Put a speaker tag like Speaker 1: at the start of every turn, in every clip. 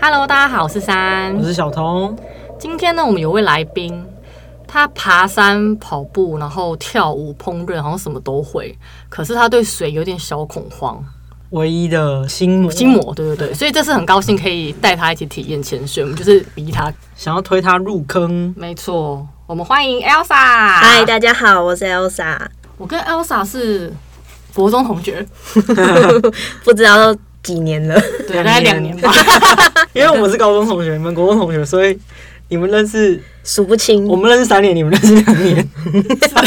Speaker 1: Hello，大家好，我是
Speaker 2: 我
Speaker 1: 三。
Speaker 2: 是小童，
Speaker 1: 今天呢，我们有位来宾，他爬山、跑步，然后跳舞、烹饪，好像什么都会。可是他对水有点小恐慌，
Speaker 2: 唯一的心魔，
Speaker 1: 筋膜，对对对。所以这次很高兴可以带他一起体验潜水，我们就是逼他。
Speaker 2: 想要推他入坑。
Speaker 1: 没错，我们欢迎 Elsa。
Speaker 3: 嗨，大家好，我是 Elsa。
Speaker 1: 我跟 Elsa 是国中同学，
Speaker 3: 不知道都几年了，
Speaker 1: 对，大概两年吧。
Speaker 3: 啊
Speaker 2: 因为我们是高中同学，你们国中同学，所以你们认识，
Speaker 3: 数不清。
Speaker 2: 我们认识三年，你们认识两 年，
Speaker 1: 你看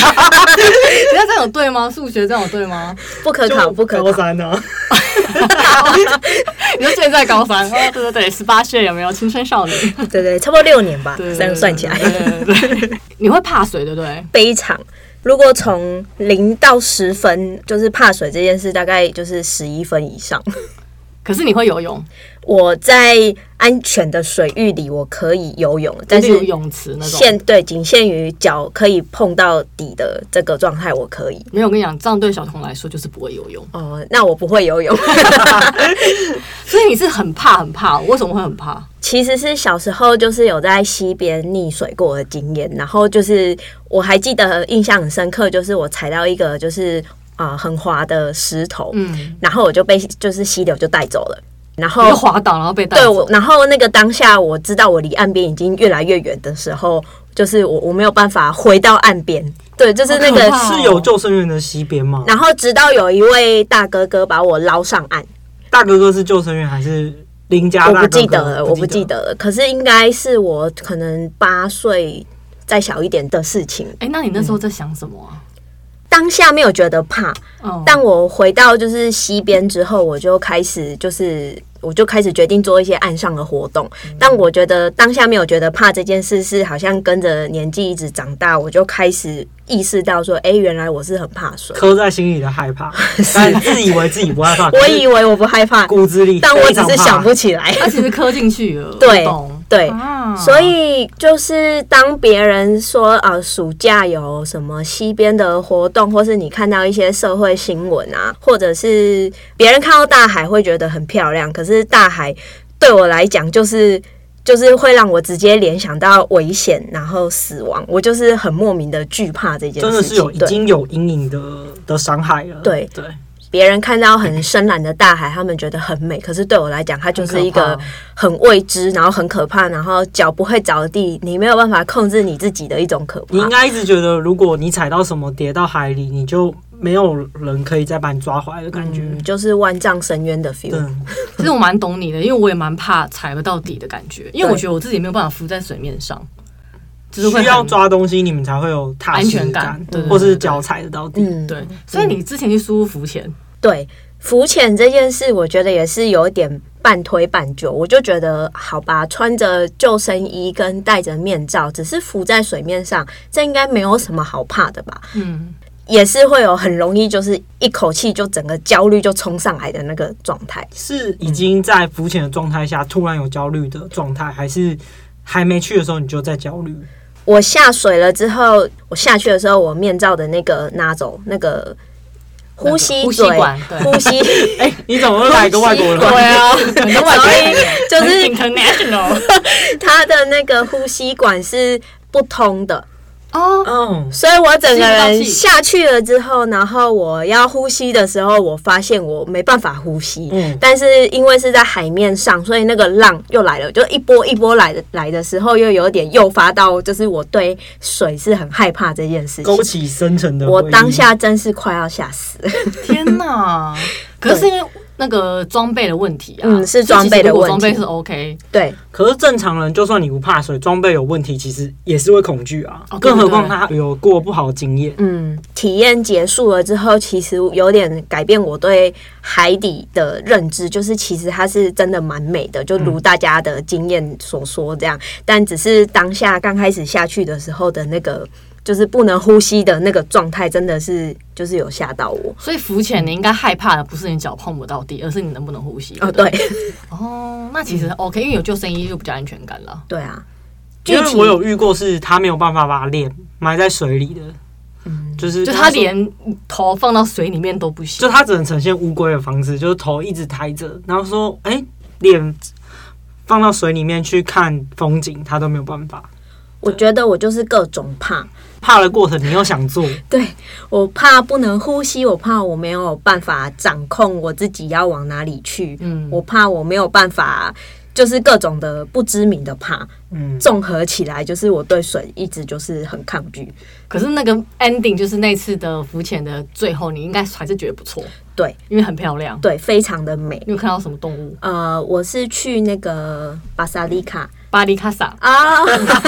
Speaker 1: 这样有对吗？数学这样有对吗？
Speaker 3: 不可考，不可
Speaker 2: 高
Speaker 3: 考。
Speaker 2: 三啊。
Speaker 1: 你说现在高三，哦，对对对，十八岁有没有青春少女？
Speaker 3: 对对，差不多六年吧，
Speaker 1: 对
Speaker 3: 这样算起来
Speaker 1: 对对对对 对你会怕水，对不对？
Speaker 3: 非常。如果从零到十分，就是怕水这件事，大概就是十一分以上。
Speaker 1: 可是你会游泳，
Speaker 3: 我在安全的水域里，我可以游泳，但
Speaker 1: 就是有泳池那种。
Speaker 3: 限对仅限于脚可以碰到底的这个状态，我可以。
Speaker 1: 没有，我跟你讲，这样对小童来说就是不会游泳，
Speaker 3: 哦，那我不会游泳。
Speaker 1: 所以你是很怕很怕。为什么会很怕？
Speaker 3: 其实是小时候就是有在溪边溺水过的经验，然后就是我还记得印象很深刻，就是我踩到一个就是啊、呃很滑的石头，
Speaker 1: 嗯，
Speaker 3: 然后我就被就是溪流就带走了，然
Speaker 1: 你就
Speaker 3: 后
Speaker 1: 滑倒然后被带
Speaker 3: 对
Speaker 1: 走。
Speaker 3: 我，然后那个当下我知道我离岸边已经越来越远的时候，就是我我没有办法回到岸边，对，就是 那
Speaker 1: 好可
Speaker 3: 个
Speaker 1: 怕哦
Speaker 2: 是有救生员的西边吗？
Speaker 3: 然后直到有一位大哥哥把我捞上岸。
Speaker 2: 大哥哥是救生员还是林家
Speaker 3: 我
Speaker 2: 大哥哥？
Speaker 3: 不记得了，我不记。得了。可是应该是我可能八岁再小一点的事情，
Speaker 1: 哎、那你那时候在想什么啊？
Speaker 3: 当下没有觉得怕。
Speaker 1: 嗯，
Speaker 3: 但我回到就是溪边之后，我就开始就是我就开始决定做一些岸上的活动。但我觉得当下没有觉得怕这件事，是好像跟着年纪一直长大，我就开始意识到说，哎、原来我是很怕水。
Speaker 2: 刻在心里的害 怕，但自以为自己不害怕，
Speaker 3: 我以为我不害怕，
Speaker 2: 骨子里，
Speaker 3: 但我只是想不。起来。
Speaker 1: 他啊其实磕进去了，
Speaker 3: 对
Speaker 1: 不懂
Speaker 3: 对，
Speaker 1: 啊
Speaker 3: 所以就是当别人说啊、呃暑假有什么西边的活动，或是你看到一些社会新闻啊，或者是别人看到大海会觉得很漂亮，可是大海对我来讲就是。就是会让我直接联想到危险，然后死亡，我就是很莫名的惧怕这件事情。
Speaker 2: 真的是有已
Speaker 3: 对
Speaker 2: 经有阴影的的伤害了。
Speaker 3: 对
Speaker 2: 对，
Speaker 3: 别人看到很深蓝的大海，他们觉得很美，可是对我来讲，它就是
Speaker 1: 很
Speaker 3: 一
Speaker 1: 可
Speaker 3: 个
Speaker 1: 怕
Speaker 3: 很未知，然后很可怕，然后脚不会着地，你没有办法控制你自己的一种可怕
Speaker 2: 你。应该一直觉得，如果你踩到什么跌到海里，你就没有人可以再把你抓回来的感觉。
Speaker 3: 嗯，就是万丈深渊的
Speaker 2: 对
Speaker 3: feel。，
Speaker 1: 其实我蛮懂你的，因为我也蛮怕踩不到底的感觉，因为我
Speaker 3: 对
Speaker 1: 觉得我自己没有办法浮在水面上，就是会
Speaker 2: 需要
Speaker 1: 很
Speaker 2: 抓东西，你们才会有踏实
Speaker 1: 安全感对对对
Speaker 2: 或是脚踩得到地。
Speaker 3: 嗯，
Speaker 1: 对。所以你之前去苏浮潜，
Speaker 3: 对，浮潜这件事，我觉得也是有一点半推半就。我就觉得，好吧，穿着救生衣跟戴着面罩，只是浮在水面上，这应该没有什么好怕的吧？
Speaker 1: 嗯，
Speaker 3: 也是会有很容易就是一口气就整个焦虑就冲上来的那个状态。
Speaker 2: 是已经在浮潜的状态下突然有焦虑的状态，还是还没去的时候你就在焦虑？
Speaker 3: 我下水了之后，我下去的时候，我面罩的那个拿走那个呼吸
Speaker 1: 呼吸
Speaker 3: 嘴、
Speaker 1: 管对
Speaker 3: 呼吸，
Speaker 2: 哎、你怎么会来一个外国人？
Speaker 1: 对啊，很多外国人
Speaker 3: 就是
Speaker 1: international
Speaker 3: 它的那个呼吸管是不通的，
Speaker 1: 哦，
Speaker 2: 嗯，
Speaker 3: 所以我
Speaker 1: 吸不
Speaker 3: 整个
Speaker 1: 到气
Speaker 3: 人下去了之后，然后我要呼吸的时候，我发现我没办法呼吸。
Speaker 2: 嗯
Speaker 3: 但是因为是在海面上，所以那个浪又来了，就一波一波来的来的时候，又有点诱发到，就是我对水是很害怕这件事情
Speaker 2: 勾。起深层的回忆。
Speaker 3: 我当下真是快要吓死了，
Speaker 1: 天哪！可是因为那个装备的问题啊，
Speaker 3: 嗯是装备
Speaker 1: 所以其实
Speaker 3: 的
Speaker 1: 如果
Speaker 3: 问
Speaker 1: 装
Speaker 3: 题
Speaker 1: 备是 OK，
Speaker 3: 对，
Speaker 2: 可是正常人，就算你不怕水，装备有问题，其实也是会恐惧啊。
Speaker 1: 哦对
Speaker 2: 更何况
Speaker 1: 对对
Speaker 2: 他有过不好的经验。
Speaker 3: 嗯，体验结束了之后，其实有点改变我对海底的认知，就是其实它是真的蛮美的，就如大家的经验所说这样。但只是当下刚开始下去的时候的那个，就是不能呼吸的那个状态，真的是就是有吓到我。
Speaker 1: 所以浮潜你应该害怕的不是你脚碰不到地，而是你能不能呼吸。
Speaker 3: 哦，对，
Speaker 1: 哦，那其实 OK，因为有救生衣就比较安全感了。
Speaker 3: 对啊，具
Speaker 2: 因为
Speaker 3: 体
Speaker 2: 我有遇过，是他没有办法把脸埋在水里的，
Speaker 3: 嗯
Speaker 2: 就是
Speaker 1: 就
Speaker 2: 跟
Speaker 1: 他
Speaker 2: 说
Speaker 1: 连头放到水里面都不行
Speaker 2: 就，他只能呈现乌龟的方式，就是头一直抬着，然后说：“哎、脸放到水里面去看风景，他都没有办法。
Speaker 3: 我觉得我就是各种怕，
Speaker 2: 怕的过程你又想做，
Speaker 3: 对我怕不能呼吸，我怕我没有办法掌控我自己要往哪里去，
Speaker 1: 嗯，
Speaker 3: 我怕我没有办法，就是各种的不知名的怕，
Speaker 2: 嗯，
Speaker 3: 综合起来就是我对水一直就是很抗拒。
Speaker 1: 可是那个 ending 就是那次的浮潜的最后，你应该还是觉得不错，
Speaker 3: 对
Speaker 1: 因为很漂亮。
Speaker 3: 对，非常的美。
Speaker 1: 你有看到什么动物？
Speaker 3: 呃，我是去那个巴萨利卡
Speaker 1: 巴黎卡萨，
Speaker 3: 啊，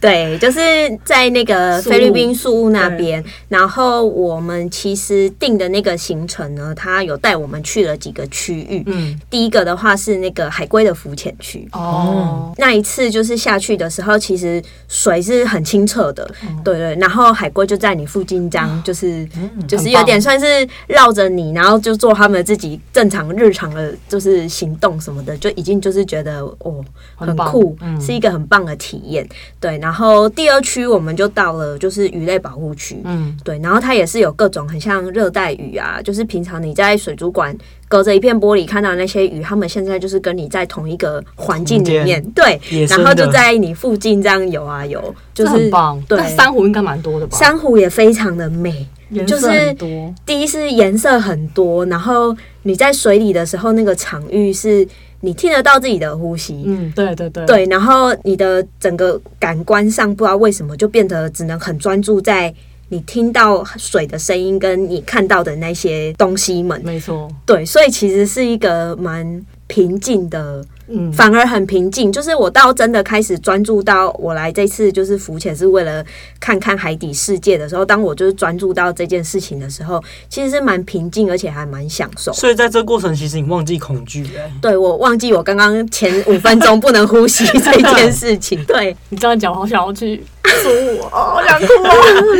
Speaker 3: 对，就是在那个
Speaker 1: 宿雾
Speaker 3: 菲律宾宿务那边。然后我们其实定的那个行程呢，它有带我们去了几个区域。
Speaker 1: 嗯，
Speaker 3: 第一个的话是那个海龟的浮潜区，
Speaker 1: 哦，
Speaker 3: 那一次就是下去的时候，其实水是很清澈的，
Speaker 1: 嗯
Speaker 3: 对对。然后海龟就在你附近这
Speaker 1: 啊
Speaker 3: 样，就是、
Speaker 1: 嗯
Speaker 3: 就是有点算是绕着你，然后就做他们自己正常日常的，就是行动什么的，就已经就是觉得哦很
Speaker 1: 很棒
Speaker 3: 酷，
Speaker 1: 嗯
Speaker 3: 是一个很棒的体验。对，然后第二区我们就到了就是鱼类保护区，
Speaker 1: 嗯，
Speaker 3: 对，然后它也是有各种很像热带鱼啊，就是平常你在水族馆隔着一片玻璃看到的那些鱼，它们现在就是跟你在同一个环境里
Speaker 2: 空
Speaker 3: 面
Speaker 2: 间，
Speaker 3: 对，
Speaker 2: 野生
Speaker 3: 然
Speaker 2: 的
Speaker 3: 后就在你附近这样游啊游，就
Speaker 1: 这很
Speaker 3: 是
Speaker 1: 棒。
Speaker 3: 对
Speaker 1: 但珊瑚应该蛮多的吧？
Speaker 3: 珊瑚也非常的美。
Speaker 1: 颜色很多，
Speaker 3: 第一是颜色很多，然后你在水里的时候，那个场域是你听得到自己的呼吸，
Speaker 1: 嗯，对对对，
Speaker 3: 对，然后你的整个感官上不知道为什么就变得只能很专注在你听到水的声音跟你看到的那些东西们，
Speaker 1: 没错，
Speaker 3: 对，所以其实是一个蛮平静的，
Speaker 1: 嗯，
Speaker 3: 反而很平静。就是我到真的开始专注到我来这次就是浮潜是为了看看海底世界的时候，当我就是专注到这件事情的时候，其实是蛮平静，而且还蛮享受。
Speaker 2: 所以在这过程其实你忘记恐惧了、
Speaker 3: 对，我忘记我刚刚前五分钟不能呼吸这件事情。对，
Speaker 1: 你这样讲，我好想要去租我，哦，好想哭哦！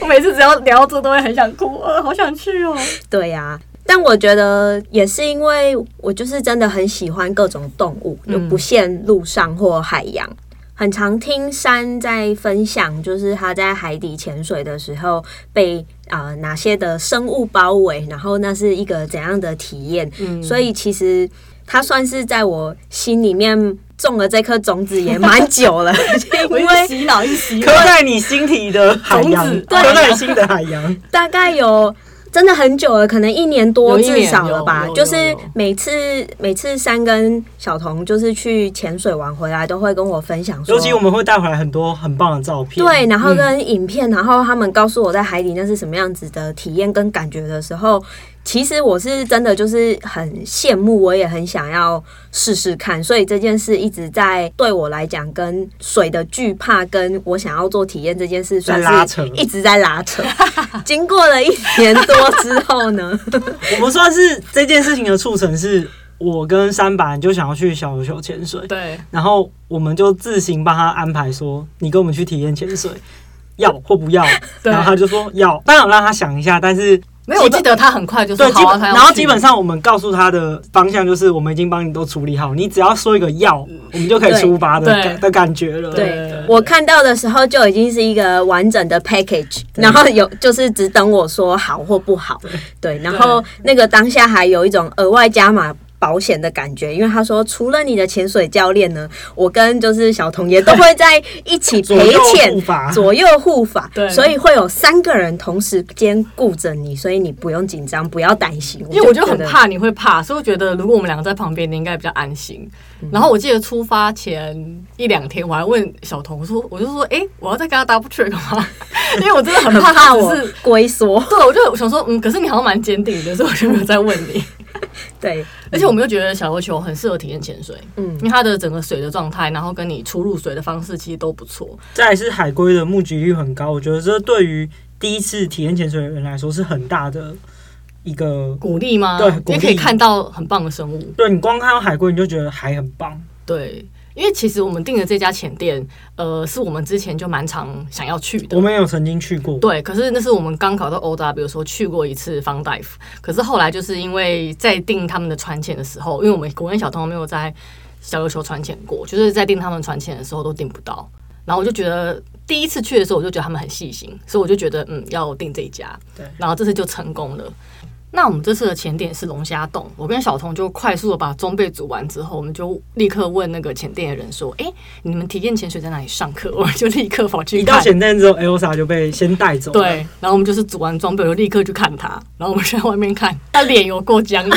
Speaker 1: 我每次只要聊到这，都会很想哭，呃，好想去哦。
Speaker 3: 对呀、但我觉得也是因为我就是真的很喜欢各种动物，就不限陆上或海洋。很常听山在分享，就是他在海底潜水的时候被呃哪些的生物包围，然后那是一个怎样的体验。
Speaker 1: 嗯
Speaker 3: 所以其实他算是在我心里面种了这颗种子也蛮久了，
Speaker 1: 我
Speaker 3: 因
Speaker 1: 一
Speaker 3: 为
Speaker 1: 直洗脑，一直洗
Speaker 2: 刻
Speaker 3: 啊
Speaker 1: 脑，
Speaker 2: 在你心底的海洋，
Speaker 1: 种子对
Speaker 2: 刻在你心的海洋。
Speaker 3: 大概有真的很久了，可能一年多
Speaker 1: 有一
Speaker 3: 至
Speaker 1: 年
Speaker 3: 少了吧
Speaker 1: 有。有
Speaker 3: 就是
Speaker 1: 有有
Speaker 3: 每次每次三跟小童就是去潜水玩回来，都会跟我分享说
Speaker 2: 尤，其我们会带回来很多很棒的照片，
Speaker 3: 对，，然后跟影片，然后他们告诉我在海底那是什么样子的体验跟感觉的时候。其实我是真的就是很羡慕，我也很想要试试看，所以这件事一直在对我来讲，跟水的惧怕跟我想要做体验这件事，
Speaker 2: 在
Speaker 3: 算
Speaker 2: 拉扯
Speaker 3: 是一直在拉扯。 经过了一年多之后呢，
Speaker 2: 我们算是这件事情的促成是。我跟三板就想要去小琉球潜水，
Speaker 1: 对，
Speaker 2: 然后我们就自行帮他安排说，你跟我们去体验潜水，要或不要？
Speaker 1: 对
Speaker 2: 然后他就说要，当然我让他想一下，但是
Speaker 1: 没有，我记得他很快就说
Speaker 2: 对，基
Speaker 1: 好啊，
Speaker 2: 本
Speaker 1: 他要
Speaker 2: 然
Speaker 1: 去
Speaker 2: 后基本上我们告诉他的方向就是，我们已经帮你都处理好，你只要说一个要，我们就可以出发的
Speaker 1: 对
Speaker 2: 感的感觉了。
Speaker 1: 对
Speaker 3: 对我看到的时候就已经是一个完整的 package，然后有就是只等我说好或不好，对，然后那个当下还有一种额外加码。保险的感觉，因为他说除了你的潜水教练呢，我跟就是小童也都会在一起
Speaker 2: 左
Speaker 3: 陪
Speaker 2: 右
Speaker 3: 潜
Speaker 2: 护法
Speaker 3: 左右护法，
Speaker 1: 对
Speaker 3: 所以会有三个人同时兼顾着你，所以你不用紧张，不要担心。
Speaker 1: 因为我就
Speaker 3: 觉
Speaker 1: 很
Speaker 3: 得
Speaker 1: 怕你会怕，所以我觉得如果我们两个在旁边，你应该比较安心。然后我记得出发前一两天，我还问小童我说，我就说，哎、我要再跟他 double check 吗？ 因为我真的很
Speaker 3: 很
Speaker 1: 怕
Speaker 3: 怕
Speaker 1: 他只
Speaker 3: 我
Speaker 1: 是。
Speaker 3: 龟缩，
Speaker 1: 对，我就想说，嗯，可是你好像蛮坚定的，所以我就没有再问你。
Speaker 3: 对，
Speaker 1: 而且我们又觉得小琉球很适合体验潜水，
Speaker 3: 嗯
Speaker 1: 因为它的整个水的状态，然后跟你出入水的方式其实都不错。
Speaker 2: 再来是海龟的目击率很高，我觉得这对于第一次体验潜水的人来说是很大的一个。
Speaker 1: 鼓励吗？
Speaker 2: 对
Speaker 1: 因为
Speaker 2: 鼓
Speaker 1: 可
Speaker 2: 励
Speaker 1: 以看到很棒的生物。
Speaker 2: 对你光看到海龟，你就觉得海很棒。
Speaker 1: 对，因为其实我们订的这家浅店，呃，是我们之前就蛮常想要去的
Speaker 2: 我。们也有曾经去过，
Speaker 1: 对，可是那是我们刚考到 OW 的时候去过一次方大夫，可是后来就是因为在订他们的船潜的时候，因为我们国内小童没有在小琉球船潜过，就是在订他们船潜的时候都订不到，然后我就觉得第一次去的时候我就觉得他们很细心，所以我就觉得嗯要订这一家，
Speaker 2: 对
Speaker 1: 然后这次就成功了。那我们这次的前点是龙虾冻，我跟小童就快速的把中贝煮完之后，我们就立刻问那个前店的人说：“哎、你们体验潜水在哪里上课？”我们就立刻跑去
Speaker 2: 一到
Speaker 1: 看。
Speaker 2: 前站之后，Elsa 就被先带走。
Speaker 1: 对，，然后我们就是煮完装备，我就立刻去看他，然后我们 就在外面看，他脸有够 僵硬，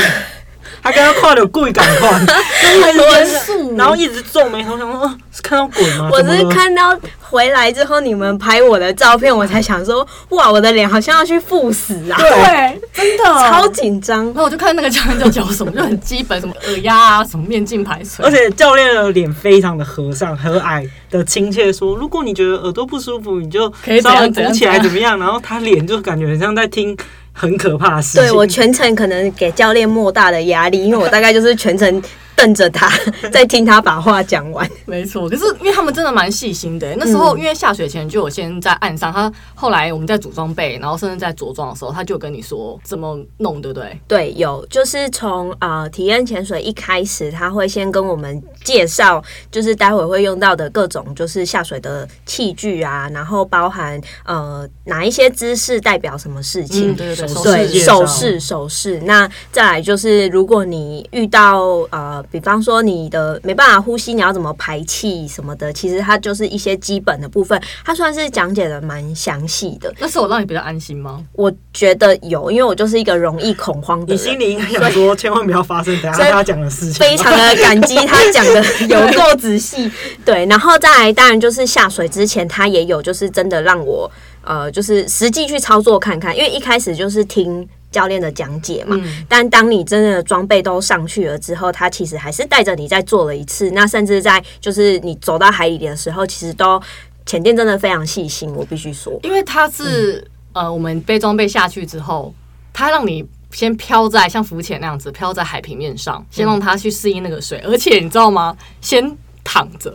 Speaker 2: 他刚刚跨的故意赶 快，
Speaker 3: 嗯
Speaker 1: 严肃
Speaker 2: 然后一直皱眉头，想说啊，是看到鬼吗？
Speaker 3: 我
Speaker 2: 怎么
Speaker 3: 是
Speaker 2: 了
Speaker 3: 看到回来之后你们拍我的照片，我才想说，哇，我的脸好像要去赴死啊，
Speaker 1: 对，真的
Speaker 3: 超紧张
Speaker 1: 然。后我就看那个教练在教什么，就很基本，什么耳压啊，什么面镜排水
Speaker 2: 而，且教练的脸非常的和善、和蔼的亲切说：“如果你觉得耳朵不舒服，你就
Speaker 1: 可以怎
Speaker 2: 稍微
Speaker 1: 样
Speaker 2: 鼓起来
Speaker 1: 怎
Speaker 2: 怎么样？”然后他脸就感觉很像在听很可怕的事情。
Speaker 3: 对我全程可能给教练莫大的压力，因为我大概就是全程瞪着 他，在听他把话讲完。
Speaker 1: 没错。可是因为他们真的蛮细心的、欸那时候因为下水前就有先在岸上，他后来我们在组装备，然后甚至在着装的时候，他就有跟你说怎么弄，对不对？
Speaker 3: 对，有就是从呃体验潜水一开始，他会先跟我们介绍，就是待会会用到的各种就是下水的器具啊，然后包含呃哪一些姿势代表什么事情。
Speaker 1: 嗯，对对对，
Speaker 2: 手
Speaker 1: 手
Speaker 3: 对
Speaker 2: 势
Speaker 1: 势
Speaker 2: 介
Speaker 3: 手
Speaker 2: 绍
Speaker 3: 势手势，那再来就是，如果你遇到呃，比方说你的没办法呼吸，你要怎么排气什么的，其实它就是一些基本的部分，它算是讲解的蛮详细的。
Speaker 1: 那时候我让你比较安心吗？
Speaker 3: 我觉得有，因为我就是一个容易恐慌的
Speaker 2: 你
Speaker 3: 人，
Speaker 2: 心里应该想说，千万不要发生等下
Speaker 3: 所以
Speaker 2: 他讲的事情。
Speaker 3: 非常的感激他讲 的有够仔细，对，然后再来当然就是下水之前他也有就是真的让我呃就是实际去操作看看，因为一开始就是听。教练的讲解嘛，但当你真的装备都上去了之后，他其实还是带着你再做了一次。那甚至在就是你走到海里的时候，其实都前店真的非常细心，我必须说。
Speaker 1: 因为它是、
Speaker 3: 嗯
Speaker 1: 呃，我们背装备下去之后，它让你先飘在像浮潜那样子飘在海平面上，先让它去适应那个水，而且你知道吗？先躺着，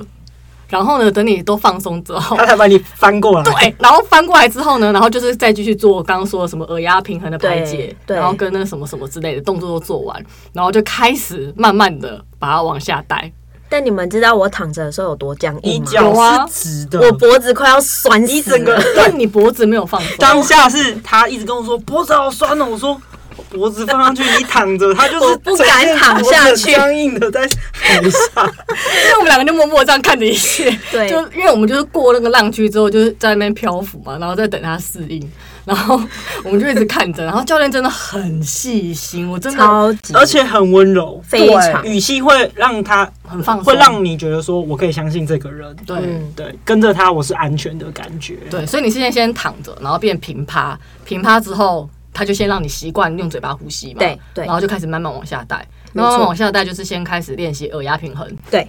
Speaker 1: 然后呢，等你都放松之后
Speaker 2: 他。才把你翻过来。
Speaker 1: 对，然后翻过来之后呢，然后就是再继续做刚刚说的什么耳压平衡的排解，
Speaker 3: 对对
Speaker 1: 然后跟那什么什么之类的动作都做完，然后就开始慢慢的把它往下 带。
Speaker 3: 但你们知道我躺着的时候有多僵
Speaker 2: 你
Speaker 3: 硬吗？
Speaker 2: 脚
Speaker 1: 有啊
Speaker 2: 是直的，
Speaker 3: 我脖子快要酸死了。
Speaker 2: 你整个
Speaker 1: 但你脖子没有放松，
Speaker 2: 当下是他一直跟我说脖子好酸哦，我说脖子放上去，你躺着，他就是
Speaker 3: 我不敢躺下去
Speaker 2: 整个脖子很僵硬的在海 上。
Speaker 1: 因为 我们两个就默默这样看着一切，
Speaker 3: 对
Speaker 1: 就因为我们就是过那个浪区之后，就是在那边漂浮嘛，然后再等它适应，然后我们就一直看着，然后教练真的很细心，我真的
Speaker 3: 超级，
Speaker 2: 而且很温柔，
Speaker 3: 非常
Speaker 2: 对语气会让他
Speaker 1: 很放松
Speaker 2: 会让你觉得说我可以相信这个人，
Speaker 1: 对、
Speaker 3: 嗯
Speaker 2: 对，跟着他我是安全的感觉。
Speaker 1: 对，所以你现在先躺着，然后变平趴，平趴之后，他就先让你习惯用嘴巴呼吸嘛，
Speaker 3: 对对
Speaker 1: 然后就开始慢慢往下带，
Speaker 3: 没
Speaker 1: 慢
Speaker 3: 错
Speaker 1: 慢往下带就是先开始练习耳压平衡，
Speaker 3: 对，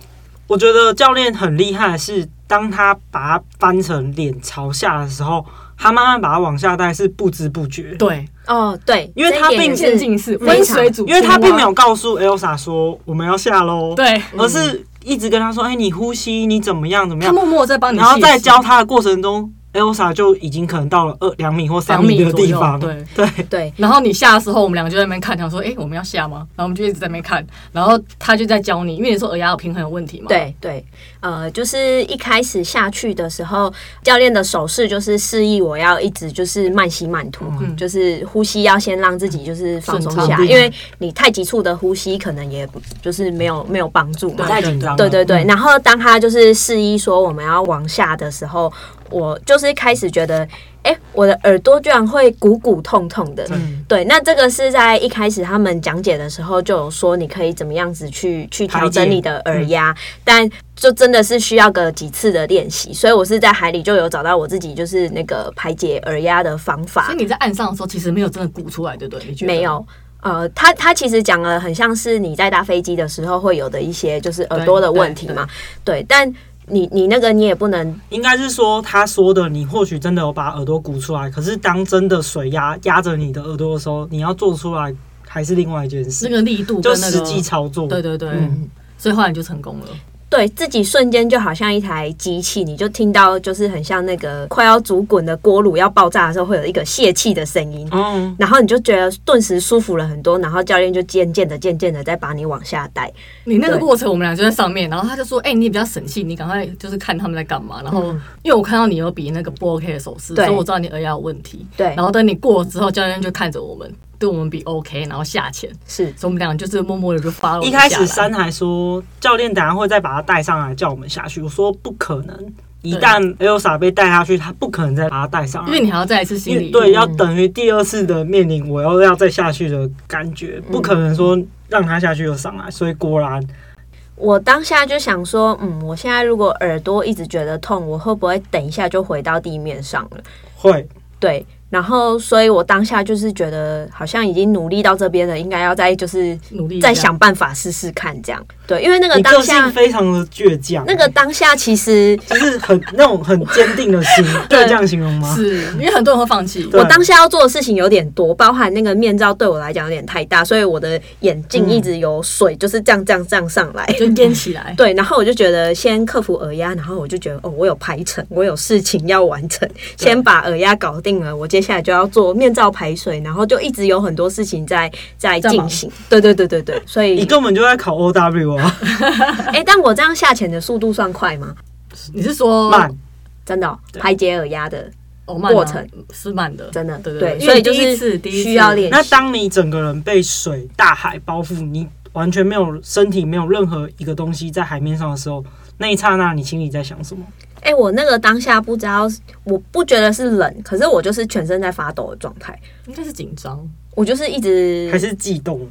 Speaker 2: 我觉得教练很厉害的是，当他把它翻成脸朝下的时候，他慢慢把它往下带是不知不觉。
Speaker 1: 对，
Speaker 3: 哦，对，
Speaker 2: 因为它
Speaker 3: 这一点
Speaker 2: 并
Speaker 3: 也
Speaker 1: 渐
Speaker 3: 是
Speaker 1: 进式
Speaker 3: 非常
Speaker 1: 温水煮青蛙，
Speaker 2: 因为他并没有告诉 Elsa 说我们要下喽，，
Speaker 1: 对，
Speaker 2: 而是一直跟他说：“哎、你呼吸，你怎么样怎么
Speaker 1: 他
Speaker 2: 样
Speaker 1: 默默在帮？”你，
Speaker 2: 然后在教。他的过程中，Elsa 就已经可能到了二两米或三
Speaker 1: 两米
Speaker 2: 的
Speaker 1: 左
Speaker 2: 地
Speaker 1: 右
Speaker 2: 方，
Speaker 1: 对
Speaker 2: 对，
Speaker 3: 对，
Speaker 1: 然后你下的时候，我们两个就在那边看，想说，哎、我们要下吗？然后我们就一直在那边看，然后他就在教你，因为你说耳压有平衡有问题嘛。，
Speaker 3: 对对，呃，就是一开始下去的时候，教练的手势就是示意我要一直就是慢吸慢吐，就是呼吸要先让自己就是放
Speaker 1: 嗯
Speaker 3: 松
Speaker 1: 顺
Speaker 3: 下，
Speaker 1: 畅
Speaker 3: 因为你太急促的呼吸可能也就是没有没有帮助嘛。
Speaker 2: 太紧张了，
Speaker 3: 对对对，然后当他就是示意说我们要往下的时候，我就是开始觉得，哎、我的耳朵居然会鼓鼓痛痛的。
Speaker 2: 嗯
Speaker 3: 对，那这个是在一开始他们讲解的时候就有说，你可以怎么样子去去调整你的耳压，但就真的是需要个几次的练习。所以我是在海里就有找到我自己就是那个排解耳压的方法
Speaker 1: 所以。你在岸上的时候，其实没有真的鼓出来，对不对？你觉得
Speaker 3: 没？有。呃，他他其实讲了很像是你在搭飞机的时候会有的一些就是耳朵的问题嘛，对，但你你那个你也不能
Speaker 2: 应该是说他说的，你或许真的有把耳朵鼓出来，可是当真的水压压着你的耳朵的时候，你要做出来还是另外一件
Speaker 1: 那
Speaker 2: 事，
Speaker 1: 个力度
Speaker 2: 就
Speaker 1: 跟那
Speaker 2: 实
Speaker 1: 个
Speaker 2: 际操作。
Speaker 1: 对对对。
Speaker 3: 嗯
Speaker 1: 所以后来你就成功了，
Speaker 3: 对自己瞬间就好像一台机器，你就听到就是很像那个快要煮滚的锅炉要爆炸的时候会有一个泄气的声音，
Speaker 2: 嗯，
Speaker 3: 然后你就觉得顿时舒服了很多，然后教练就渐渐的渐渐的再把你往下带，
Speaker 1: 你那个
Speaker 3: 对
Speaker 1: 过程我们俩就在上面，然后他就说：“哎、你比较省气，你赶快就是看他们在干嘛。”然后因为我看到你有比那个不 OK 的手势，
Speaker 3: 嗯对
Speaker 1: 所以我知道你耳压有问题。
Speaker 3: 对
Speaker 1: 然后等你过了之后，教练就看着我们，对我们比 OK，然后下潜，
Speaker 3: 是
Speaker 1: 所以我们俩就是默默的就发了。
Speaker 2: 一开始山还说教练等下会再把他带上来叫我们下去，我说不可能，一旦 Elsa 被带下去，他不可能再把他带上
Speaker 1: 因为你
Speaker 2: 来。
Speaker 1: 还要再一次心
Speaker 2: 因
Speaker 1: 理
Speaker 2: 为对，要等于第二次的面临，我要要再下去的感觉，不可能说让他下去又上来，所以果然
Speaker 3: 我当下就想说，嗯，我现在如果耳朵一直觉得痛，我会不会等一下就回到地面上了？
Speaker 2: 会
Speaker 3: 对，然后所以我当下就是觉得好像已经努力到这边了，应该要再就是
Speaker 1: 努力一下
Speaker 3: 再想办法试试看这样。对，因为那个
Speaker 2: 你
Speaker 3: 当
Speaker 2: 个
Speaker 3: 下
Speaker 2: 性非常的倔强，
Speaker 3: 那个当下其实
Speaker 2: 就是很那种很坚 定的心，对这样形容吗？
Speaker 1: 是因为很多人会放弃，
Speaker 2: 对
Speaker 3: 我当下要做的事情有点多，包含那个面罩对我来讲有点太大，所以我的眼镜一直有水，就是这样这样这样上来。
Speaker 1: 就淹起来。
Speaker 3: 对，然后我就觉得先克服耳压，然后我就觉得哦，我有排程，我有事情要完成，先把耳压搞定了，我接下来就要做面罩排水，然后就一直有很多事情在在
Speaker 1: 在忙
Speaker 3: 进行。对对对对对， 所
Speaker 2: 你
Speaker 3: 以
Speaker 2: 根本就在考 OW 啊，
Speaker 3: 哎、但我这样下潜的速度算快吗？
Speaker 1: 你是说
Speaker 2: 慢，
Speaker 3: 真的哦、排解耳压的，
Speaker 1: 哦慢啊
Speaker 3: 过程
Speaker 1: 是慢的，
Speaker 3: 真的
Speaker 1: 对
Speaker 3: 对，
Speaker 1: 因
Speaker 3: 所
Speaker 1: 为
Speaker 3: 以
Speaker 1: 你
Speaker 3: 就
Speaker 1: 第一次
Speaker 3: 是
Speaker 1: 第一次
Speaker 3: 需要练习。
Speaker 2: 那当你整个人被水、大海包覆，你完全没有身体没有任何一个东西在海面上的时候，那一刹那你心里在想什么？
Speaker 3: 哎、我那个当下不知道，我不觉得是冷，可是我就是全身在发抖的状态，
Speaker 1: 应该是紧张，
Speaker 3: 我就是一直
Speaker 2: 还是悸动？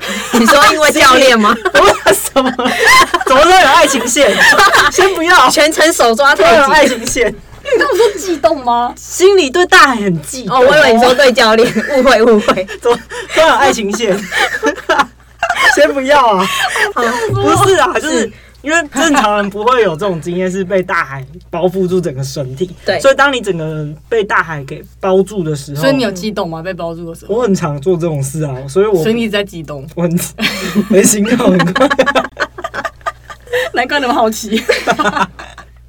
Speaker 3: 你说 因为教练吗？
Speaker 2: 为什么？ 怎么都有爱情线？ 先不要，
Speaker 3: 全程手抓
Speaker 2: 都
Speaker 1: 啊
Speaker 2: 有
Speaker 3: 太
Speaker 2: 爱
Speaker 3: 极。
Speaker 2: 情线。
Speaker 1: 那不是悸动吗？
Speaker 2: 心里对大海很悸动。
Speaker 3: 哦，我以为你说对教练，误会 误会。
Speaker 2: 怎么都有爱情线？ 先不要啊！
Speaker 3: 好，
Speaker 2: 不是啊，就是因为正常人不会有这种经验，是被大海包覆住整个身体。
Speaker 3: 对
Speaker 2: 所以当你整个人被大海给包住的时候，
Speaker 1: 所以你有激动吗？被包住的时候，
Speaker 2: 我很常做这种事啊，所以我
Speaker 1: 所以你一直在激动，
Speaker 2: 我很没心跳很快。
Speaker 1: 难怪那么好奇。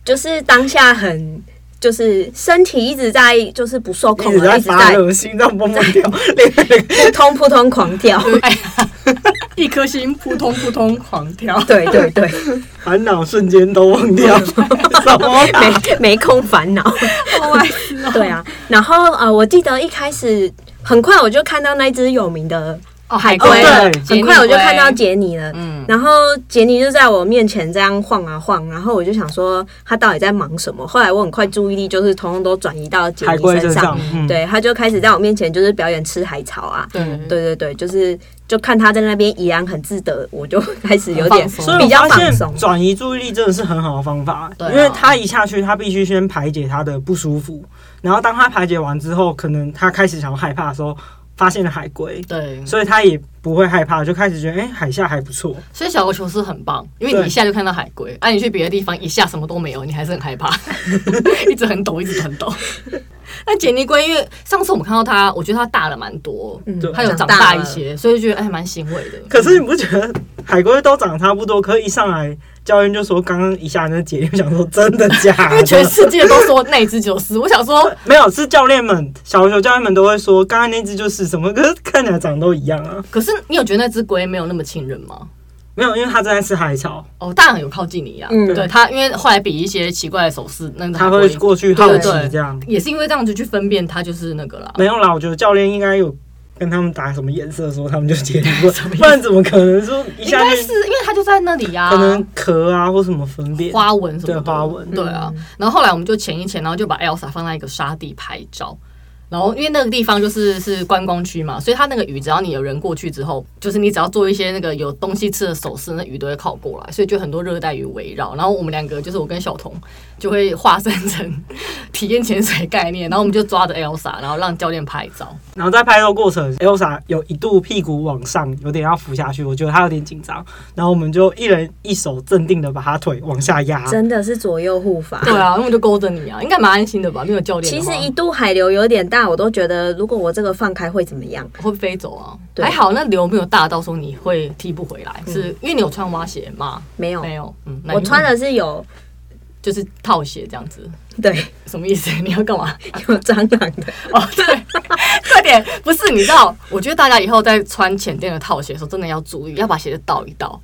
Speaker 3: 就是当下很，就是身体一直在，就是不受控
Speaker 2: 一直
Speaker 3: 了，
Speaker 2: 在
Speaker 3: 一直
Speaker 2: 发
Speaker 3: 在
Speaker 2: 热，心脏蹦蹦 跳，连那个
Speaker 3: 扑通扑通狂 跳。
Speaker 1: 哎呀， 一颗心扑通扑通狂跳，
Speaker 3: 对对对，
Speaker 2: 烦恼瞬间都忘 掉。什么啊？
Speaker 3: 没没空烦 恼。
Speaker 1: 好白痴哦
Speaker 3: 对啊，然后呃，我记得一开始很快我就看到那只有名的
Speaker 1: 哦，海
Speaker 3: 龟
Speaker 1: 龟
Speaker 3: 了，
Speaker 2: 对
Speaker 1: 杰
Speaker 3: 很
Speaker 1: 尼
Speaker 3: 快我就
Speaker 1: 龟
Speaker 3: 看到杰尼了。
Speaker 1: 嗯，
Speaker 3: 然后杰尼就在我面前这样晃啊晃，然后我就想说他到底在忙什么？后来我很快注意力就是通通都转移到杰
Speaker 2: 海
Speaker 3: 尼
Speaker 2: 龟
Speaker 3: 身
Speaker 2: 身
Speaker 3: 上
Speaker 2: 上，，嗯，
Speaker 3: 对，他就开始在我面前就是表演吃海草啊，
Speaker 1: 对
Speaker 3: 对对对，就是就看他在那边怡然很自得，我就 开始有点
Speaker 1: 很放松
Speaker 2: 所以
Speaker 3: 比
Speaker 2: 我
Speaker 3: 较
Speaker 2: 发
Speaker 3: 放
Speaker 2: 现
Speaker 3: 松，
Speaker 2: 转移注意力真的是很好的方法，
Speaker 1: 对啊
Speaker 2: 因为他一下去，他必须先排解他的不舒服，然后当他排解完之后，可能他开始想要害怕的时候，发现了海龟，
Speaker 1: 对，
Speaker 2: 所以他也不会害怕，就开始觉得哎、海下还不错，
Speaker 1: 所以小琉球是很棒，因为你
Speaker 2: 对
Speaker 1: 一下就看到海龟，啊，你去别的地方一下什么都没有，你还是很害 怕，一直很抖，一直很抖。那杰尼龟，因为上次我们看到它，我觉得它大了蛮多，
Speaker 3: 嗯
Speaker 2: 对
Speaker 1: 它有长大一，些，所以就觉得哎蛮欣慰的。
Speaker 2: 可是你不觉得海龟都长得差不多？可是一上来教练就说刚刚一下那姐就想说真的假
Speaker 1: 因 为全
Speaker 2: 的？
Speaker 1: 世界都说那一只就是，我想 说
Speaker 2: 没有，是教练们小球教练们都会说刚刚那只就是什么，可是看起来长得都一样啊。
Speaker 1: 可是你有觉得那只龟没有那么亲人吗？
Speaker 2: 没有，因为他正在吃海草，
Speaker 1: 哦，大人有靠近你呀、
Speaker 3: 嗯
Speaker 1: 对它，因为后来比一些奇怪的手势，那个
Speaker 2: 他
Speaker 1: 海
Speaker 2: 会
Speaker 1: 龟
Speaker 2: 过去好奇这样。
Speaker 1: 也是因为这样子去分辨它就是那个啦。
Speaker 2: 没有啦，我觉得教练应该有跟他们打什么颜色的时候，他们就解离过
Speaker 1: 什么意，思
Speaker 2: 不然怎么可能说一
Speaker 1: 应
Speaker 2: 下
Speaker 1: 该
Speaker 2: 就是
Speaker 1: 因为它就在那里呀、
Speaker 2: 可能壳啊或什么分辨？
Speaker 1: 花纹什么的
Speaker 2: 对花纹
Speaker 1: 对啊。
Speaker 3: 嗯
Speaker 1: 然后后来我们就潜一潜，然后就把 Elsa 放在一个沙地拍照。然后因为那个地方就是是观光区嘛，所以它那个鱼只要你有人过去之后，就是你只要做一些那个有东西吃的手势，那鱼都会靠过来，所以就很多热带鱼围绕。然后我们两个就是我跟小童就会化身成体验潜水概念，然后我们就抓着 Elsa，然后让教练拍照。
Speaker 2: 然后在拍照过程，Elsa 有一度屁股往上，有点要浮下去，我觉得她有点紧张。然后我们就一人一手镇定的把她腿往下压。
Speaker 3: 真的是左右护法。
Speaker 1: 对啊，那我就勾着你啊，应该蛮安心的吧？没有教练
Speaker 3: 其
Speaker 1: 的
Speaker 3: 实
Speaker 1: 话，
Speaker 3: 一度海流有点大，我都觉得如果我这个放开会怎么样？
Speaker 1: 会飞走啊。
Speaker 3: 对嗯
Speaker 1: 还好那流没有大到说你会踢不回来，是因为你有穿蛙鞋吗？
Speaker 3: 没有，
Speaker 1: 没有，嗯，那
Speaker 3: 我
Speaker 1: 你
Speaker 3: 穿的是有
Speaker 1: 就是套鞋这样子，
Speaker 3: 对，
Speaker 1: 什么意思？你要干 嘛？
Speaker 3: 有蟑螂的，
Speaker 1: 哦， 对，快点！不是，你知道，我觉得大家以后在穿浅垫的套鞋的时候，真的要注意，要把鞋子倒一倒。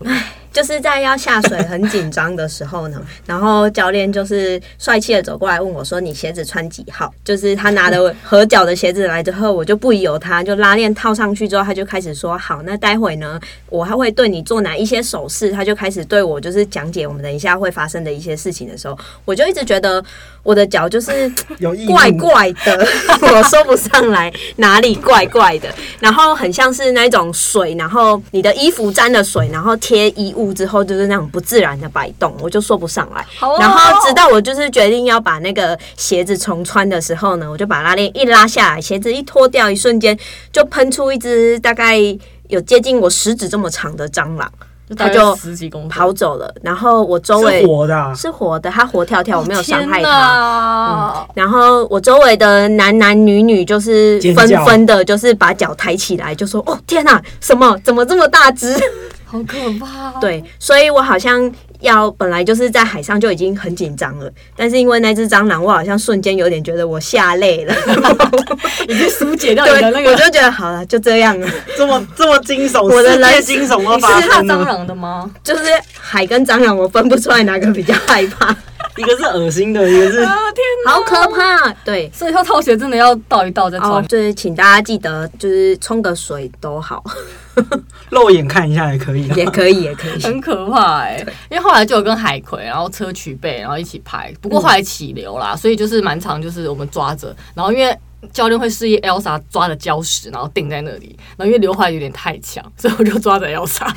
Speaker 3: 就是在要下水很紧张的时候呢， 然后教练就是帅气的走过来问我说：“你鞋子穿几号？”就是他拿了合脚的鞋子来之后，我就不疑有他，就拉链套上去之后，他就开始说：“好，那待会呢，我还会对你做哪一些手势？”他就开始对我就是讲解我们等一下会发生的一些事情的时候，我就一直觉得我的脚就是
Speaker 2: 有异物
Speaker 3: 怪怪 的，我说不上来哪里怪怪的，然后很像是那种水，然后你的衣服沾了水，然后贴衣物之后就是那种不自然的摆动，我就说不上来。
Speaker 1: 好哦
Speaker 3: 然后直到我就是决定要把那个鞋子重穿的时候呢，我就把拉链一拉下来，鞋子一脱掉，一瞬间就喷出一只大概有接近我食指这么长的蟑螂，
Speaker 1: 大
Speaker 3: 它
Speaker 1: 概
Speaker 3: 就
Speaker 1: 十几公分，
Speaker 3: 跑走了。然后我周围
Speaker 2: 是活的啊、
Speaker 3: 是活的，它活跳跳，我没有伤害嗯
Speaker 1: 天
Speaker 3: 它。
Speaker 1: 哪
Speaker 3: 然后我周围的男男女女就是
Speaker 2: 尖
Speaker 3: 纷
Speaker 2: 叫
Speaker 3: 纷的，就是把脚抬起来，就说：“哦，天哪，什么怎么这么大只
Speaker 1: 好可怕、？”哦！
Speaker 3: 对，所以我好像要本来就是在海上就已经很紧张了，但是因为那只蟑螂，我好像瞬间有点觉得我吓累了。
Speaker 1: 已经疏解掉你
Speaker 3: 对
Speaker 1: 的那，
Speaker 3: 我
Speaker 1: 个。
Speaker 3: 就觉得好了，就这样啊了。
Speaker 2: 这么这么惊悚，
Speaker 3: 我的
Speaker 2: 世界
Speaker 3: 人
Speaker 2: 惊悚要
Speaker 1: 你是
Speaker 2: 发
Speaker 1: 怕
Speaker 2: 生
Speaker 1: 蟑
Speaker 2: 了。
Speaker 1: 螂的吗？
Speaker 3: 就是海跟蟑螂，我分不出来哪个比较害 怕，
Speaker 2: 一个是恶心的，一个是
Speaker 1: 啊天哪！
Speaker 3: 好可怕。啊对。
Speaker 1: 所以说套鞋真的要倒一倒再穿。
Speaker 3: 哦，就是请大家记得，就是冲个水都好，
Speaker 2: 肉眼看一下也可以啊。
Speaker 3: 也可以，也可 以。
Speaker 1: 很可怕哎、因为后来就有跟海葵，然后车曲背，然后一起拍。不过后来起流
Speaker 2: 嗯
Speaker 1: 啦，所以就是蛮长，就是我们抓着，然后因为教练会示意 Elsa 抓着礁石，然后定在那里。然后因为刘海有点太强， 所以我就抓着 Elsa，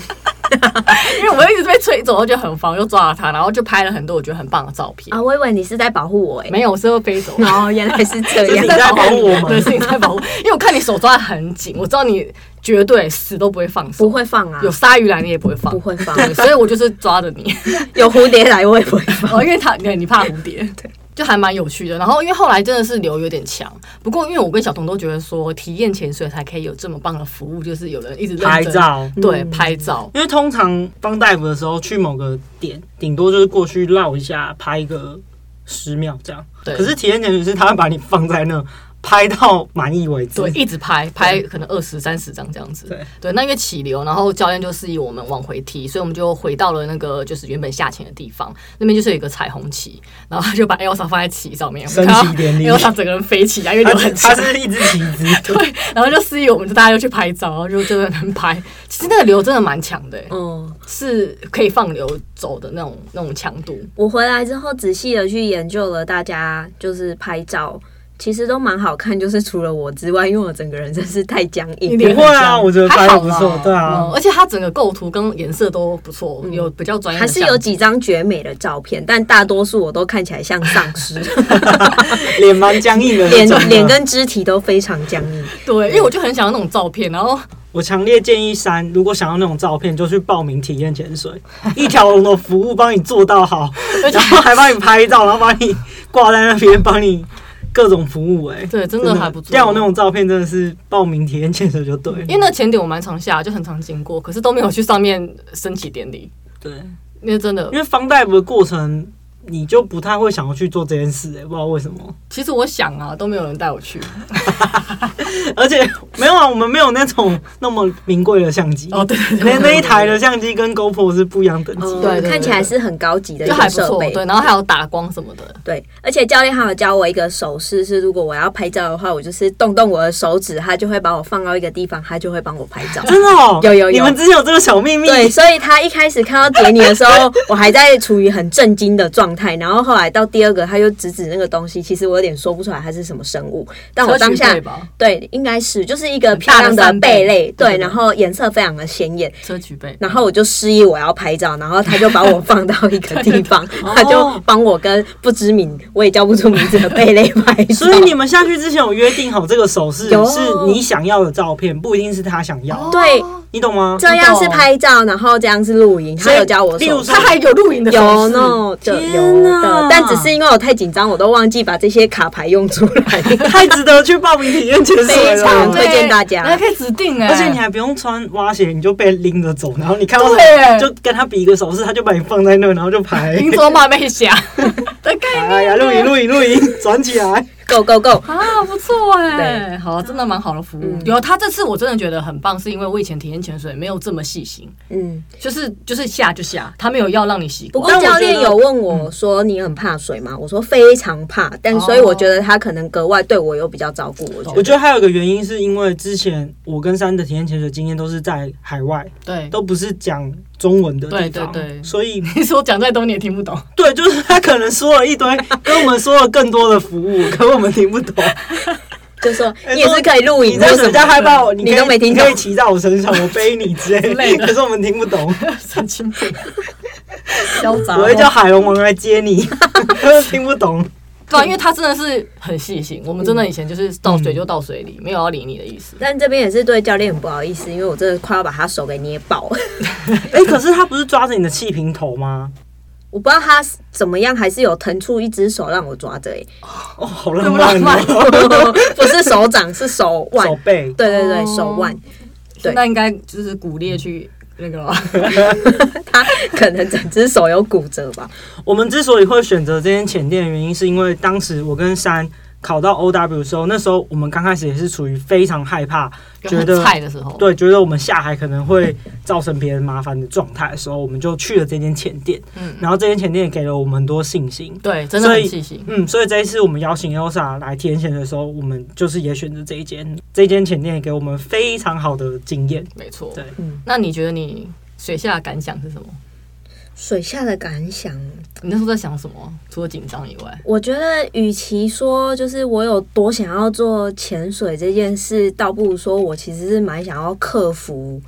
Speaker 1: 因为我一直被吹走，我觉得很烦，我就抓着她，然后就拍了很多我觉得很棒的照片。
Speaker 2: 哦
Speaker 3: 啊，我以为你是在保护我哎、
Speaker 1: 没有，我是会飞走。
Speaker 3: 哦，原来是这
Speaker 2: 是
Speaker 3: 样
Speaker 2: 你。在保护我们
Speaker 1: 对，是你在保护，因为我看你手抓的很紧，我知道你绝对死都不会放手，
Speaker 3: 不会放啊，
Speaker 1: 有鲨鱼来你也不会放，
Speaker 3: 不会放，
Speaker 2: 啊
Speaker 1: 对，所以我就是抓着你。
Speaker 3: 有蝴蝶来我也不会放。
Speaker 1: 哦，因为他对你怕蝴蝶，对，就还蛮有趣的。然后因为后来真的是流有点强，不过因为我跟小童都觉得说，体验潜水才可以有这么棒的服务，就是有人一直认真
Speaker 2: 拍，照，嗯
Speaker 1: 对，拍照。
Speaker 2: 因为通常帮大夫的时候去某个点，顶多就是过去绕一下，拍个十秒这样。
Speaker 1: 对
Speaker 2: 可是体验潜水是他会把你放在那，拍到满意为止
Speaker 1: 对，。一直拍拍，可能二十三十张这样子。
Speaker 2: 嗯对
Speaker 1: 那因为起流，然后教练就示意我们往回踢，所以我们就回到了那个就是原本下潜的地方，那边就是有一个彩虹旗，然后他就把 Elsa 放在旗上面，
Speaker 2: 升旗
Speaker 1: 我们看到
Speaker 2: 典礼
Speaker 1: Elsa 整个人飞起来，因为
Speaker 2: 他
Speaker 1: 流很强
Speaker 2: 他。是一只旗子，
Speaker 1: 对，然后就示意我们，就大家就去拍照，然后就真的能拍。其实那个流真的蛮强的、欸，
Speaker 3: 哦，
Speaker 1: 是可以放流走的那种那种强度。
Speaker 3: 我回来之后仔细的去研究了，大家就是拍照，其实都蛮好看，就是除了我之外，因为我整个人真是太僵硬。
Speaker 2: 不会啊，我觉得拍
Speaker 1: 还
Speaker 2: 的
Speaker 1: 好
Speaker 2: 不
Speaker 1: 啦
Speaker 2: 错，对啊嗯
Speaker 1: 嗯，而且它整个构图跟颜色都不错，有比较专业
Speaker 3: 还
Speaker 1: 的
Speaker 3: 是
Speaker 1: 项目，
Speaker 3: 有几张绝美的照片，但大多数我都看起来像丧 尸，
Speaker 2: 脸蛮僵硬的那
Speaker 3: 脸
Speaker 2: 种的。
Speaker 3: 脸跟肢体都非常僵硬。
Speaker 1: 对，因为我就很想要那种照片，然后
Speaker 2: 我强烈建议三，如果想要那种照片，就去报名体验潜水，一条龙的服务帮你做 到好，
Speaker 1: 而且
Speaker 2: 然后还帮你拍照，然后帮你挂在那边，帮你各种服务、哎，
Speaker 1: 对，真的还不错。
Speaker 2: 要有那种照片，真的是报名体验潜水就对了。
Speaker 1: 因为那前点我蛮常下，就很常经过，可是都没有去上面升旗典礼，
Speaker 2: 对，
Speaker 1: 因为真的
Speaker 2: 因，为方大夫的过程，你就不太会想要去做这件事、哎，不知道为什么。
Speaker 1: 其实我想啊，都没有人带我去。
Speaker 2: 而且没有啊，我们没有那种那么名贵的相机，
Speaker 1: 哦，对对对，
Speaker 2: 那那一台的相机跟 GoPro 是不一样等级。
Speaker 3: 哦
Speaker 1: 对对对
Speaker 3: 看起来是很高级的一
Speaker 1: 就还
Speaker 3: 个
Speaker 1: 不
Speaker 3: 设
Speaker 1: 错，
Speaker 3: 备。
Speaker 1: 对，然后还有打光什么的，
Speaker 3: 对，而且教练还有教我一个手势，是如果我要拍照的话，我就是动动我的手指，他就会把我放到一个地方，他就会帮我拍照。
Speaker 2: 真的哦，
Speaker 3: 有有有
Speaker 2: 你们之前有这个小秘密？
Speaker 3: 对， 所以他一开始看到杰尼的时候，我还在处于很震惊的状态。然后后来到第二个，他就指指那个东西，其实我有点说不出来它是什么生物，但我当
Speaker 1: 车
Speaker 3: 下
Speaker 1: 曲对吧，
Speaker 3: 对应该是就是一个漂亮
Speaker 1: 很
Speaker 3: 的贝类，
Speaker 1: 大的扇贝对对
Speaker 3: 对，
Speaker 1: 对
Speaker 3: 然后颜色非常的鲜艳。
Speaker 1: 车举杯，
Speaker 3: 然后我就示意我要拍照，然后他就把我放到一个地方，他就帮我跟不知名，我也叫不出名字的贝类拍照。
Speaker 2: 所以你们下去之前有约定好这个手势
Speaker 3: 有哦
Speaker 2: 是你想要的照片，不一定是他想要，
Speaker 3: 对哦
Speaker 2: 你懂吗？
Speaker 3: 这样是拍照，然后这样是录影，他有教我
Speaker 2: 所以例
Speaker 3: 手
Speaker 2: 如
Speaker 3: 势
Speaker 2: 说
Speaker 1: 他还有录影的
Speaker 3: 有
Speaker 1: 手势
Speaker 3: 那种的有
Speaker 2: 天哪
Speaker 3: 的，但只是因为我太紧张，我都忘记把这些卡牌用出 来。
Speaker 2: 太值得去报名体验潜水
Speaker 3: 非常
Speaker 2: 了。
Speaker 3: 推荐大家
Speaker 1: 对可以指定哎、
Speaker 2: 而且你还不用穿蛙鞋，你就被拎着走，然后你看到
Speaker 1: 对
Speaker 2: 就跟他比一个手势，他就把你放在那，然后就拍。
Speaker 1: 临走马被侠， 的概
Speaker 2: 哎呀，录影录影录影，转起来。
Speaker 3: Go Go Go！
Speaker 1: 念啊，不错哎、好，真的蛮好的服务。
Speaker 3: 嗯
Speaker 1: 有他这次我真的觉得很棒，是因为我以前体验潜水没有这么细心，
Speaker 3: 嗯，
Speaker 1: 就是就是下就下，他没有要让你习
Speaker 3: 不
Speaker 1: 惯。
Speaker 3: 过教练有问我说：“你很怕水吗？”我说：“非常怕。”但所以我觉得他可能格外对我有比较照顾。我 觉
Speaker 2: 我
Speaker 3: 得
Speaker 2: 觉得还有一个原因，是因为之前我跟三的体验潜水经验都是在海外，
Speaker 1: 对，
Speaker 2: 都不是讲中文的地方，
Speaker 1: 对对对
Speaker 2: 所以
Speaker 1: 你说讲再多你也听不懂。
Speaker 2: 对，就是他可能说了一堆，跟我们说了更多的服务，可我们听不懂。
Speaker 3: 就说
Speaker 2: 哎
Speaker 3: 你也是可以录
Speaker 2: 你
Speaker 3: 影，
Speaker 2: 在
Speaker 3: 为什
Speaker 2: 水下
Speaker 3: 么？
Speaker 2: 害怕我，
Speaker 3: 你
Speaker 2: 可以
Speaker 3: 都没听懂
Speaker 2: 你可以骑在我身上，我背你之
Speaker 1: 之类
Speaker 2: 类
Speaker 1: 的
Speaker 2: 可是我们听不懂，
Speaker 1: 神经病，潇
Speaker 3: 啊
Speaker 1: 洒。
Speaker 2: 我会叫海龙王来接你，听不懂。
Speaker 1: 对啊，因为他真的是很细心。我们真的以前就是倒水就倒水里，没有要理你的意思。
Speaker 3: 但这边也是对教练很不好意思，因为我真的快要把他手给捏爆。
Speaker 2: 哎、可是他不是抓着你的气瓶头吗？
Speaker 3: 我不知道他怎么样，还是有腾出一只手让我抓着、欸，
Speaker 2: 哦，好
Speaker 1: 这
Speaker 2: 浪
Speaker 1: 么浪 漫
Speaker 2: 漫哦，
Speaker 3: 不是手掌，是手腕
Speaker 2: 手。背。
Speaker 3: 对对对，
Speaker 1: 哦
Speaker 3: 手腕， 对
Speaker 1: 那应该就是鼓励去那个了吧
Speaker 3: 他可能整只手有骨折吧。
Speaker 2: 我们之所以会选择这间浅店的原因，是因为当时我跟山考到 OW 的时候，那时候我们刚开始也是处于非常害怕，觉
Speaker 1: 就
Speaker 2: 得
Speaker 1: 很菜的时候。
Speaker 2: 对，觉得我们下海可能会造成别人麻烦的状态的时候，我们就去了这间浅店。
Speaker 1: 嗯
Speaker 2: 然后这间浅店也给了我们很多信心。
Speaker 1: 对，真的很
Speaker 2: 所以
Speaker 1: 细心。
Speaker 2: 嗯，所以这一次我们邀请 Elsa 来体验潜水的时候，我们就是也选择这一间，这一间浅店也给我们非常好的经验。
Speaker 1: 没错。
Speaker 2: 对
Speaker 3: 嗯
Speaker 1: 那你觉得你水下的感想是什么？
Speaker 3: 水下的感想，
Speaker 1: 你那时候在想什么？除了紧张以外，
Speaker 3: 我觉得与其说就是我有多想要做潜水这件事，倒不如说我其实是蛮想要克服，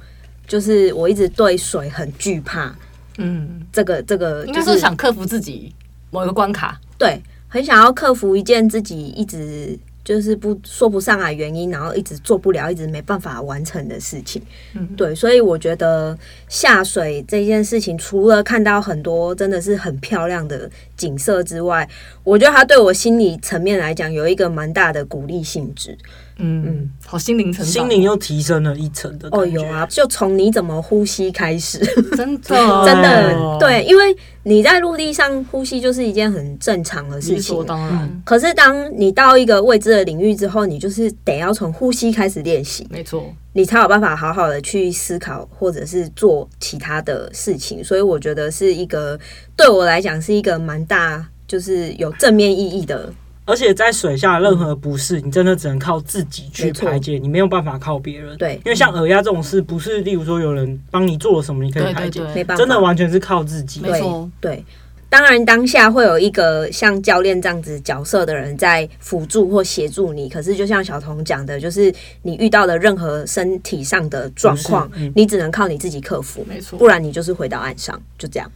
Speaker 3: 就是我一直对水很惧怕。
Speaker 1: 嗯，
Speaker 3: 这个这个、就是、
Speaker 1: 应该说想克服自己某一个关卡。
Speaker 3: 对，很想要克服一件自己一直就是不说不上来原因，然后一直做不了，一直没办法完成的事情。
Speaker 1: 嗯
Speaker 3: 对，所以我觉得下水这件事情，除了看到很多真的是很漂亮的景色之外，我觉得它对我心理层面来讲有一个蛮大的鼓励性质。
Speaker 1: 嗯嗯，好心灵成长，
Speaker 2: 心灵又提升了一层的感
Speaker 3: 哦，
Speaker 2: 觉。
Speaker 3: 有啊，就从你怎么呼吸开始。
Speaker 1: 真的
Speaker 3: 真
Speaker 1: 哦
Speaker 3: 的， 对，因为你在陆地上呼吸就是一件很正常的事
Speaker 1: 理
Speaker 3: 情
Speaker 1: 所，当然，
Speaker 3: 可是当你到一个未知的领域之后，你就是得要从呼吸开始练习，
Speaker 1: 没错。
Speaker 3: 你才有办法好好的去思考或者是做其他的事情。所以我觉得是一个对我来讲是一个蛮大，就是有正面意义的。
Speaker 2: 而且在水下任何不适，你真的只能靠自己去排解，你没有办法靠别人。
Speaker 3: 对
Speaker 2: 因为像耳压这种事，不是例如说有人帮你做了什么，你可以
Speaker 1: 对
Speaker 2: 排
Speaker 1: 对
Speaker 2: 解，
Speaker 1: 对，
Speaker 3: 没办
Speaker 2: 嗯
Speaker 3: 法，
Speaker 2: 真的完全是靠自己。
Speaker 1: 没错，
Speaker 3: 对。当然，当下会有一个像教练这样子角色的人在辅助或协助你。可是，就像小童讲的，就是你遇到的任何身体上的状况
Speaker 2: 不是嗯，
Speaker 3: 你只能靠你自己克服，
Speaker 1: 没错
Speaker 3: 不然你就是回到岸上，就这样。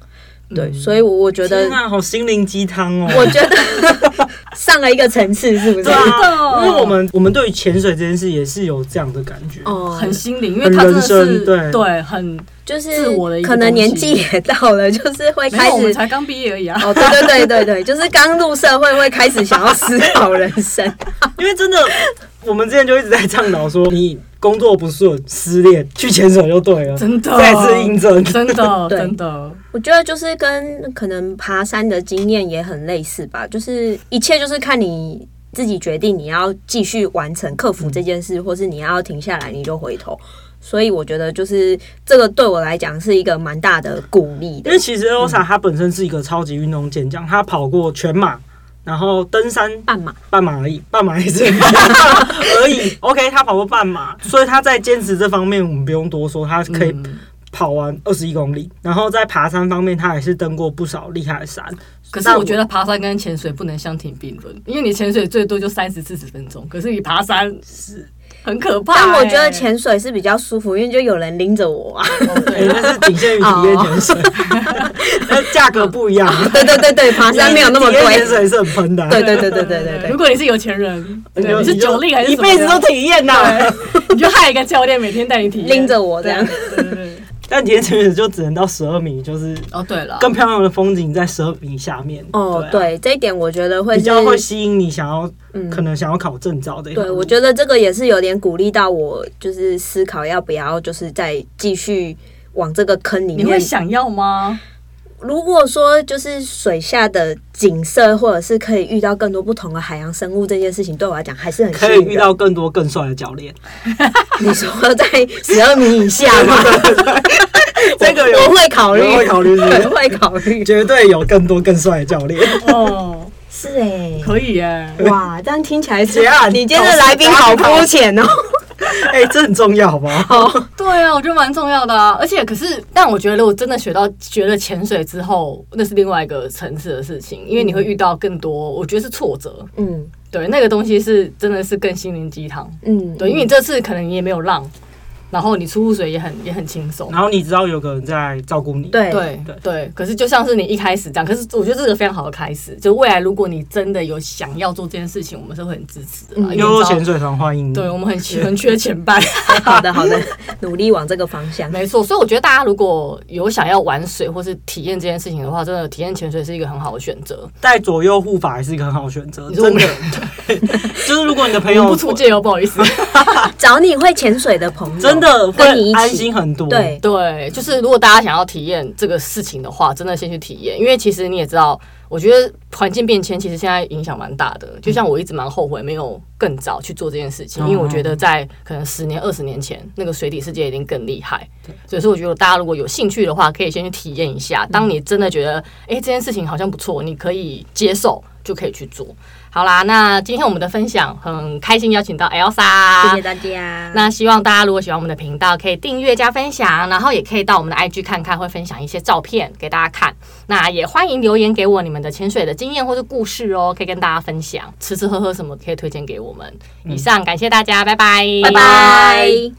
Speaker 3: 对，
Speaker 1: 嗯
Speaker 3: 所以我，我觉得
Speaker 2: 天，啊，好心灵鸡汤哦！
Speaker 3: 我觉得 上了一个层次，是不是
Speaker 1: 真
Speaker 2: 对？啊，
Speaker 1: 的
Speaker 2: 因为我们我们对于潜水这件事也是有这样的感觉。
Speaker 3: 哦，
Speaker 1: 很心灵，因为他真的
Speaker 2: 很
Speaker 1: 是
Speaker 2: 人生对
Speaker 1: 对很，
Speaker 3: 就是
Speaker 1: 自我的一个
Speaker 3: 可能
Speaker 1: 东西
Speaker 3: 年纪也到了，就是会
Speaker 1: 没
Speaker 3: 开
Speaker 1: 有我们
Speaker 3: 始
Speaker 1: 才刚毕业而已啊。
Speaker 3: 哦， 对对对对对，就是刚入社会会开始想要思考人生。
Speaker 2: 因为真的，我们之前就一直在倡导说，你工作不顺、失恋，去潜水就对了。
Speaker 1: 真的，
Speaker 2: 再次印证
Speaker 1: 真的，
Speaker 3: 对
Speaker 1: 真的，
Speaker 3: 我觉得就是跟可能爬山的经验也很类似吧，就是一切就是看你自己决定你要继续完成克服这件事，或是你要停下来你就回头。所以我觉得就是这个对我来讲是一个蛮大的鼓励
Speaker 2: 因
Speaker 3: 的
Speaker 2: 为。其实 Elsa 她本身是一个超级运动健将，她跑过全马，然后登山
Speaker 3: 半马，
Speaker 2: 半马而已，半马 也是而已。OK，他跑过半马，所以他在坚持这方面我们不用多说，他可以
Speaker 1: 嗯
Speaker 2: 跑完二十一公里。然后在爬山方面，他也是登过不少厉害的山。
Speaker 1: 可是我觉得爬山跟潜水不能相提并论，因为你潜水最多就三十四十分钟，可是你爬山是很可怕、
Speaker 3: 但我觉得
Speaker 1: 欸
Speaker 3: 潜水是比较舒服，因为就有人拎着 我啊。
Speaker 1: 哦
Speaker 2: 对，
Speaker 1: 对
Speaker 2: 哎那是仅限于体验潜水， 那价格不一样。啊
Speaker 3: 对对对对，爬山没 有那么
Speaker 2: 体验潜
Speaker 3: 贵。
Speaker 2: 水是很喷的啊、
Speaker 3: 对对对对对对对
Speaker 1: 如。果你是有钱人，对，
Speaker 2: 就
Speaker 1: 你是
Speaker 2: 就
Speaker 1: 九令还是
Speaker 2: 一
Speaker 1: 什么的
Speaker 2: 辈子都体验呐、
Speaker 1: 对你就害一个教练每天带你体验
Speaker 3: 拎着我这
Speaker 2: 啊
Speaker 3: 样
Speaker 1: 对对对对。
Speaker 2: 但体验潜水就只能到十二米，就是
Speaker 1: 哦，对了，
Speaker 2: 更漂亮的风景在十二米下面。
Speaker 3: 哦，
Speaker 2: 啊，
Speaker 3: 对，这一点我觉得会
Speaker 2: 比
Speaker 3: 是
Speaker 2: 较会吸引你想要，
Speaker 3: 嗯
Speaker 2: 可能想要考证照的。
Speaker 3: 对，我觉得这个也是有点鼓励到我，就是思考要不要，就是再继续往这个坑里
Speaker 1: 你会
Speaker 3: 面。
Speaker 1: 想要吗？
Speaker 3: 如果说就是水下的景色，或者是可以遇到更多不同的海洋生物这件事情，对我来讲还是很吸
Speaker 2: 可以
Speaker 3: 引
Speaker 2: 遇
Speaker 3: 人。
Speaker 2: 到更多更帅的教练。
Speaker 3: 你说在十二米以下吗？
Speaker 2: 这个有
Speaker 3: 我会考虑，
Speaker 2: 我会考虑是不 是
Speaker 3: 会考虑。
Speaker 2: 绝对有更多更帅的教练。
Speaker 1: 哦，
Speaker 3: 是哎、
Speaker 1: 可以耶，
Speaker 3: 哇，这样听起来是
Speaker 2: 结案
Speaker 3: 你今天的来宾好肤浅哦。
Speaker 2: 哎、这很重要，好不好？
Speaker 1: 对啊，我觉得蛮重要的啊。而且，可是，但我觉得我真的学到学了潜水之后，那是另外一个层次的事情，因为你会遇到更多，我觉得是挫折。
Speaker 3: 嗯
Speaker 1: 对，那个东西是真的是更心灵鸡汤。
Speaker 3: 嗯，
Speaker 1: 对，因为你这次可能你也没有浪，然后你出水也很也很轻松。
Speaker 2: 然后你知道有个人在照顾你，，
Speaker 3: 对
Speaker 1: 对
Speaker 2: 对
Speaker 1: 对，可是就像是你一开始这样，可是我觉得这个非常好的开始。就未来如果你真的有想要做这件事情，我们是会很支持的啦。因为
Speaker 3: 嗯
Speaker 2: 悠悠
Speaker 1: 你知道
Speaker 2: 潜水团欢迎你。
Speaker 1: 对我们很缺很缺前半，
Speaker 3: 好的好的，努力往这个方向。
Speaker 1: 没错。所以我觉得大家如果有想要玩水或是体验这件事情的话，真的体验潜水是一个很好的选择。
Speaker 2: 带左右护法也是一个很好的选择，
Speaker 1: 你说我
Speaker 2: 真
Speaker 1: 们
Speaker 2: 的。就是如果你的朋
Speaker 1: 我们
Speaker 2: 友
Speaker 1: 不出界哦，不好意思。
Speaker 3: 找你会潜水的朋友，
Speaker 2: 真的
Speaker 3: 跟你
Speaker 2: 会
Speaker 3: 一
Speaker 2: 安
Speaker 3: 起
Speaker 2: 心很多。
Speaker 3: 对，
Speaker 1: 对，就是如果大家想要体验这个事情的话，真的先去体验，因为其实你也知道，我觉得环境变迁其实现在影响蛮大的。就像我一直蛮后悔没有更早去做这件事情，因为我觉得在可能十年、二十年前，那个水底世界已经更厉害。所以说，我觉得大家如果有兴趣的话，可以先去体验一下。当你真的觉得，哎、这件事情好像不错，你可以接受，就可以去做。好啦，那今天我们的分享很开心，邀请到 Elsa，
Speaker 3: 谢谢大家。
Speaker 1: 那希望大家如果喜欢我们的频道，可以订阅加分享，然后也可以到我们的 IG 看看，会分享一些照片给大家看。那也欢迎留言给我你们的潜水的经验或是故事哦，可以跟大家分享，吃吃喝喝什么可以推荐给我们。以上感谢大家，拜拜，
Speaker 3: 拜拜。